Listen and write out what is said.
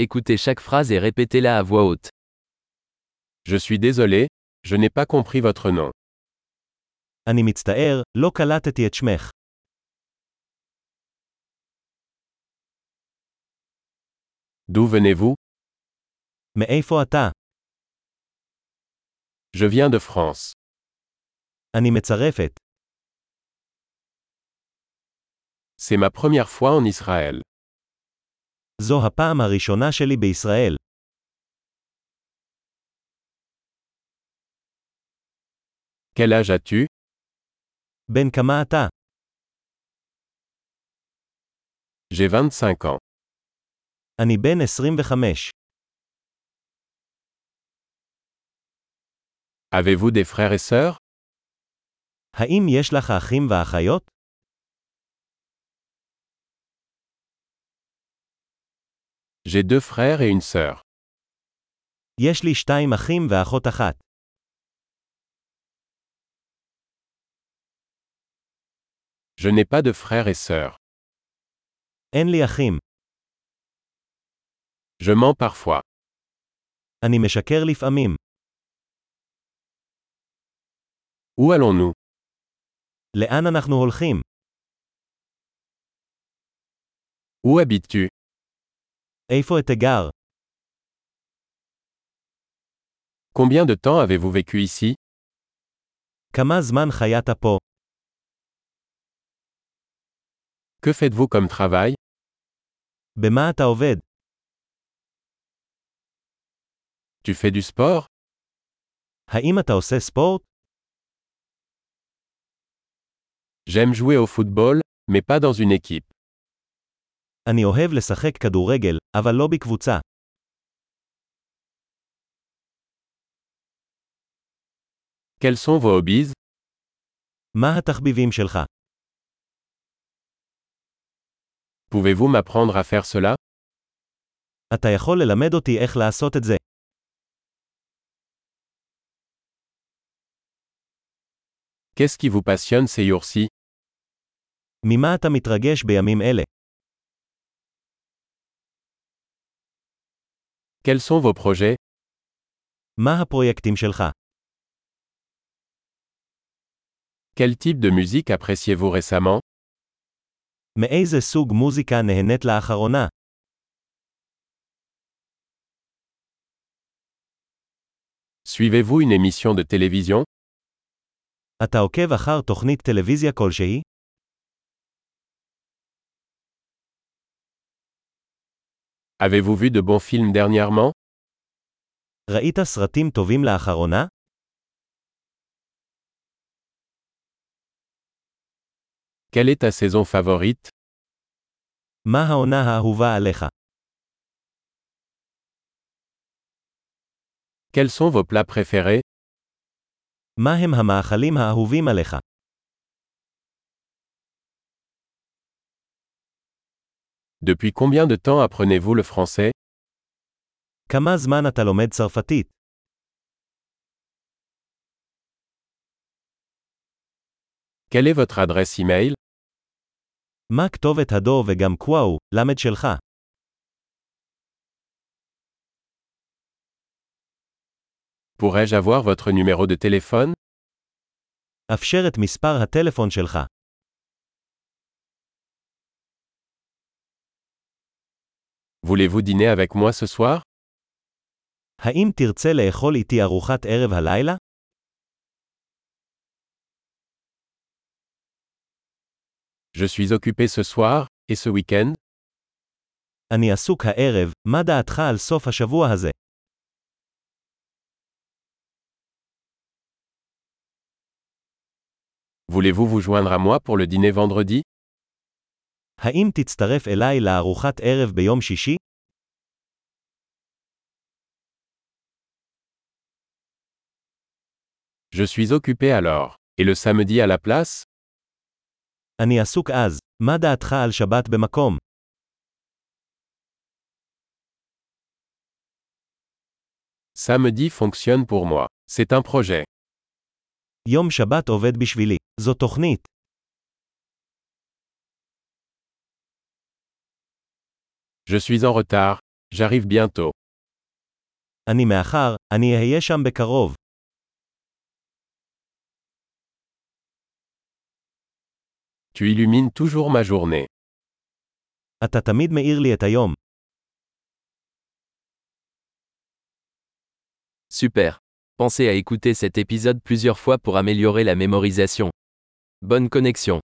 Écoutez chaque phrase et répétez-la à voix haute. Je suis désolé, je n'ai pas compris votre nom. אני מצטער, לא קלטתי את שמך. D'où venez-vous מאיפה אתה? Je viens de France. אני מצרפת. C'est ma première fois en Israël. זו הפעם הראשונה שלי בישראל. Quel âge as-tu בן כמה אתה? J'ai 25 ans. אני בן 25. Avez-vous des frères et sœurs האם יש לך אחים ואחיות? J'ai deux frères et une sœur. יש לי שתיים אחים ואחות אחת. Je n'ai pas de frères et sœurs. אין לי אחים. Je mens parfois. אני משקר לפעמים. Où allons-nous לאן אנחנו הולכים? Où habites-tu איפה אתה גר? Combien de temps avez-vous vécu ici כמה זמן חיית פה? Que faites-vous comme travail במה אתה עובד? Tu fais du sport האם אתה עושה ספורט? J'aime jouer au football, mais pas dans une équipe. אני אוהב לשחק כדורגל, אבל לא בקבוצה. Quels sont vos hobbies מה התחביבים שלך? Pouvez-vous m'apprendre à faire cela אתה יכול ללמד אותי איך לעשות את זה. Qu'est-ce qui vous passionne ces jours-ci ממה אתה מתרגש בימים אלה? Quels sont vos projets מה הפרויקטים שלך? Quel type de musique appréciez-vous récemment מאיזה סוג מוזיקה נהנית לאחרונה? Suivez-vous une émission de télévision אתה עוקב אחר תוכנית טלוויזיה כלשהי? Avez-vous vu de bons films dernièrement ראית סרטים טובים לאחרונה? Quelle est ta saison favorite מה העונה האהובה עליך? Quels sont vos plats préférés מה הם המאכלים האהובים עליך? Depuis combien de temps apprenez-vous le français כמה זמן אתה לומד צרפתית? Quelle est votre adresse e-mail מה כתובת הדו וגם קוואו, למד שלך? Pourrais-je avoir votre numéro de téléphone אפשר את מספר הטלפון שלך. Voulez-vous dîner avec moi ce soir האם תרצה לאכול איתי ארוחת ערב הלילה? Je suis occupé ce soir, et ce week-end אני עסוק הערב, מה דעתך על סוף השבוע הזה? Voulez-vous vous joindre à moi pour le dîner vendredi האם תצטרף אליי לארוחת ערב ביום שישי? Je suis occupé alors. Et le samedi à la place אני עסוק אז, מה דעתך על שבת במקום? Samedi fonctionne pour moi. C'est un projet. יום שבת עובד בשבילי, זו תוכנית. Je suis en retard. J'arrive bientôt. אני מאחר, אני אהיה שם בקרוב. Tu illumines toujours ma journée. אתה תמיד מאיר לי את היום. Super. Pensez à écouter cet épisode plusieurs fois pour améliorer la mémorisation. Bonne connexion.